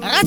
Planet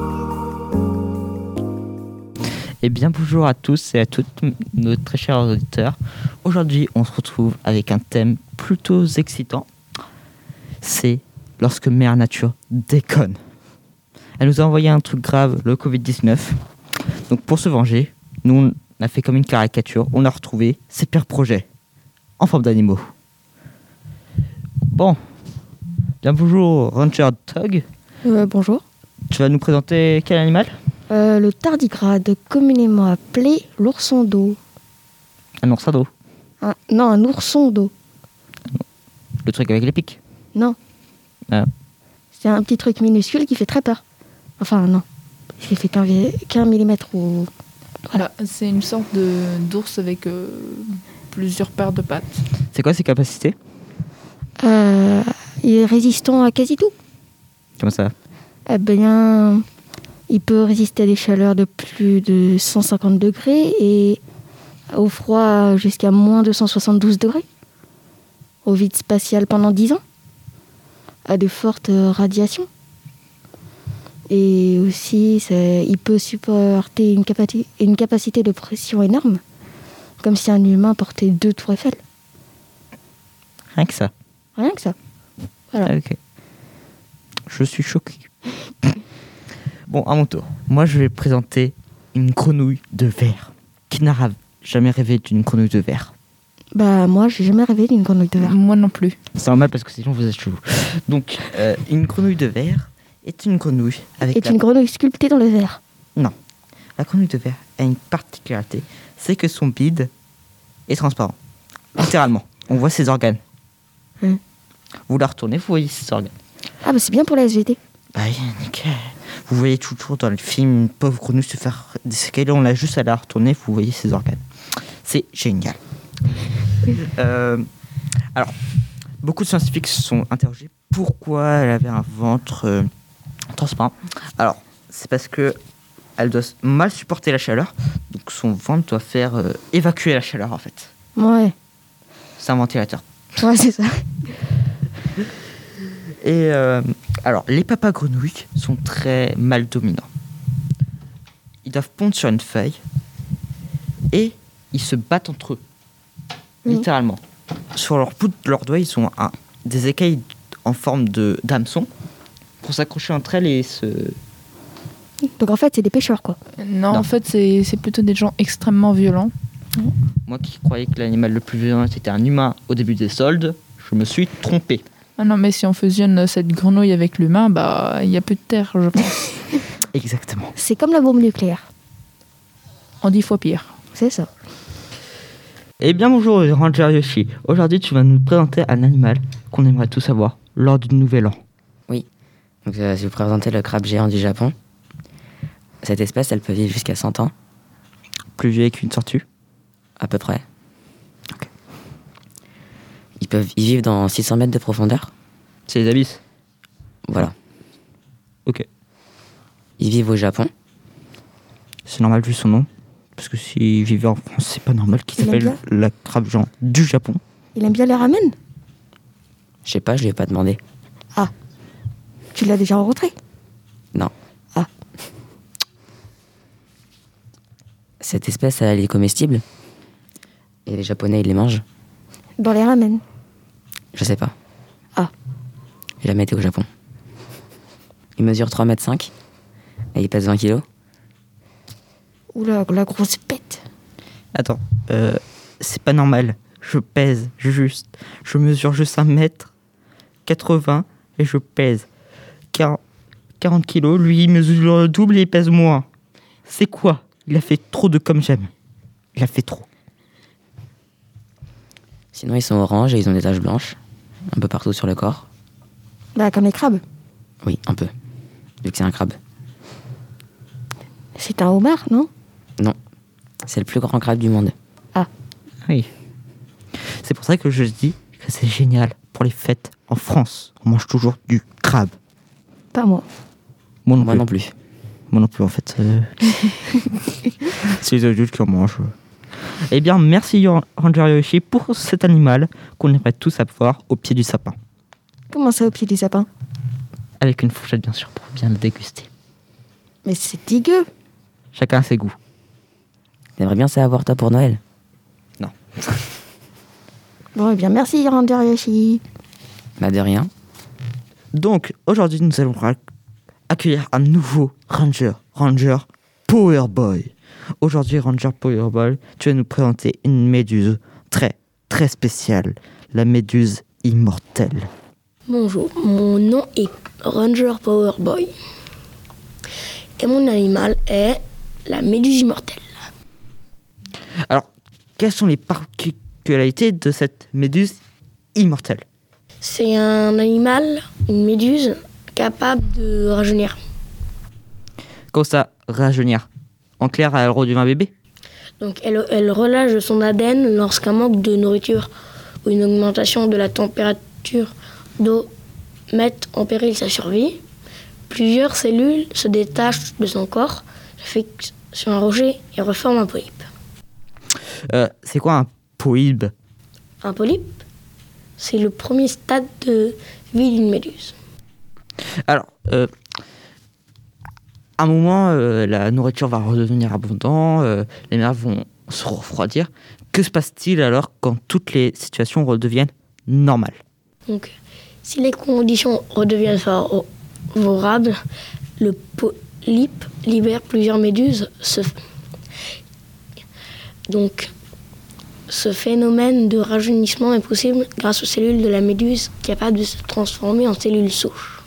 Eh bien bonjour à tous et à toutes nos très chers auditeurs. Aujourd'hui on se retrouve avec un thème plutôt excitant. C'est lorsque Mère Nature déconne. Elle nous a envoyé un truc grave, le Covid-19. Donc pour se venger, nous on a fait comme une caricature, on a retrouvé ses pires projets en forme d'animaux. Bon, bien bonjour Ranger Tug. Euh, bonjour. Tu vas nous présenter quel animal Euh, le tardigrade, communément appelé l'ourson d'eau. Un ours à dos. Un- non, un ourson d'eau. Le truc avec les pics. Non. Ah. C'est un petit truc minuscule qui fait très peur. Enfin, non. Il fait qu'un vi- qu'un millimètre ou. Voilà, c'est une sorte de- d'ours avec euh, plusieurs paires de pattes. C'est quoi ses capacités Euh, il est résistant à quasi tout. Comment ça Eh bien, il peut résister à des chaleurs de plus de 150 degrés et au froid jusqu'à moins 272 degrés. Au vide spatial pendant 10 ans. À de fortes euh, radiations. Et aussi, c'est- il peut supporter une, capati- une capacité de pression énorme, comme si un humain portait deux tours Eiffel. Rien que ça. Rien que ça. Ah, ok. Je suis choqué. bon, à mon tour. Moi, je vais présenter une grenouille de verre. Qui n'a ra- jamais rêvé d'une grenouille de verre Bah, moi, j'ai jamais rêvé d'une grenouille de verre. Moi non plus. C'est normal parce que sinon vous êtes chelou. Donc, euh, une grenouille de verre est une grenouille avec Est la... une grenouille sculptée dans le verre. la grenouille de verre a une particularité, c'est que son bide est transparent. Littéralement, on voit ses organes. Hmm. Vous la retournez, vous voyez ses organes. Ah bah c'est bien pour la SVT. Bah oui, nickel. Vous voyez toujours dans le film une pauvre grenouille se faire desséquer. On l'a juste à la retourner, vous voyez ses organes. C'est génial. Euh, alors, beaucoup de scientifiques se sont interrogés pourquoi elle avait un ventre euh, transparent. Alors, c'est parce que elle doit s- mal supporter la chaleur, donc son ventre doit faire euh, évacuer la chaleur en fait. Ouais, C'est un ventilateur. ouais c'est ça. Et euh, alors, les papas grenouilles sont très mal dominants. Ils doivent pondre sur une feuille et ils se battent entre eux, Mhm. littéralement. Sur leur bout de leurs doigts, ils ont un- des écailles en forme de d'hameçon pour s'accrocher entre elles et se. Donc en fait c'est des pêcheurs quoi. Non, Non. en fait, c'est c'est plutôt des gens extrêmement violents. Moi qui croyais que l'animal le plus violent était un humain au début des soldes, je me suis trompé. Ah non, mais si on fusionne cette grenouille avec l'humain, bah, il n'y a plus de terre, je pense. Exactement. C'est comme la bombe nucléaire. En dix fois pire. C'est ça. Eh bien bonjour Ranger Yoshi, aujourd'hui tu vas nous présenter un animal qu'on aimerait tous avoir lors du nouvel an. Donc, euh, je vais vous présenter le crabe géant du Japon. Cette espèce, elle peut vivre jusqu'à 100 ans, Plus vieux qu'une tortue à peu près. Ils peuvent ils vivent dans 600 mètres de profondeur. C'est les abysses. Voilà. Ok. Ils vivent au Japon. C'est normal vu son nom. Parce que s'il vivait en France, c'est pas normal qu'il Il aime s'appelle la crabe Jean du Japon. Il aime bien les ramen. Je sais pas, je lui ai pas demandé. Tu l'as déjà rencontré Cette espèce, elle est comestible. Et les Japonais, ils les mangent. Dans les ramen. Je sais pas. Ah. J'ai jamais été au Japon. Il mesure 3 mètres 5 et il pèse 20 kilos. Oula, la grosse bête. Attends, euh, c'est pas normal. Je pèse juste. Je mesure juste 1 mètre 80 et je pèse 40, 40 kilos. Lui, il mesure le double et il pèse moins. C'est quoi Il a fait trop de comme j'aime. Il a fait trop. Sinon, ils sont oranges et ils ont des taches blanches un peu partout sur le corps. Bah comme les crabes. Oui, un peu. Vu que c'est un crabe. C'est un homard, non C'est le plus grand crabe du monde. Oui. C'est pour ça que je dis que c'est génial pour les fêtes en France. On mange toujours du crabe. Pas moi. Moi non Moi plus. non plus. Moi non plus, en fait. euh. c'est les adultes qui en mangent. Eh bien, merci Yo- Ranger Yoshi pour cet animal qu'on aimerait tous avoir au pied du sapin. Comment ça au pied du sapin Avec une fourchette, bien sûr, pour bien le déguster. Mais c'est dégueu. Chacun a ses goûts. T'aimerais bien savoir toi pour Noël Bon, eh bien, merci, Ranger Yoshi. Bah de rien. Donc, aujourd'hui, nous allons ra- accueillir un nouveau Ranger, Ranger Power Boy. Aujourd'hui, Ranger Power Boy, tu vas nous présenter une méduse très, très spéciale. La méduse immortelle. Bonjour, mon nom est Ranger Power Boy. Et mon animal est la méduse immortelle. Alors, quelles sont les particularités de cette méduse immortelle C'est un animal, une méduse, capable de rajeunir. Comme ça, rajeunir. En clair, elle redevient un bébé. Donc elle, elle relâche de son ADN lorsqu'un manque de nourriture ou une augmentation de la température d'eau mettent en péril sa survie. Plusieurs cellules se détachent de son corps, se fixent sur un rocher et reforment un polype. Euh, c'est quoi un poïbe Un polype, c'est le premier stade de vie d'une méduse. Alors, euh, à un moment, euh, la nourriture va redevenir abondante, euh, les mers vont se refroidir. Que se passe-t-il alors quand toutes les situations redeviennent normales Donc, si les conditions redeviennent favorables, le polype libère plusieurs méduses. Ce- Donc, ce phénomène de rajeunissement est possible grâce aux cellules de la méduse capables de se transformer en cellules souches.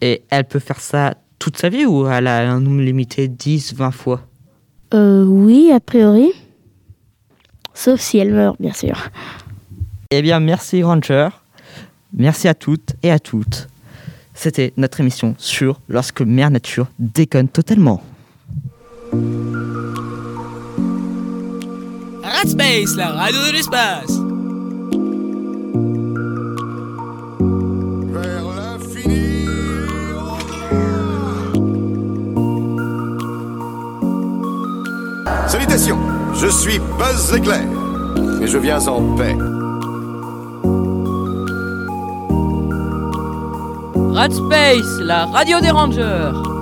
Et elle peut faire ça toute sa vie ou elle a un nombre limité 10, 20 fois Euh, oui, a priori. Sauf si elle meurt, bien sûr. Eh bien, merci Ranger. Merci à toutes et à toutes. C'était notre émission sur lorsque Mère Nature déconne totalement. Radspace, la radio de l'espace. Vers l'infini. Salutations, je suis Buzz Éclair et je viens en paix. Radspace, la radio des rangers.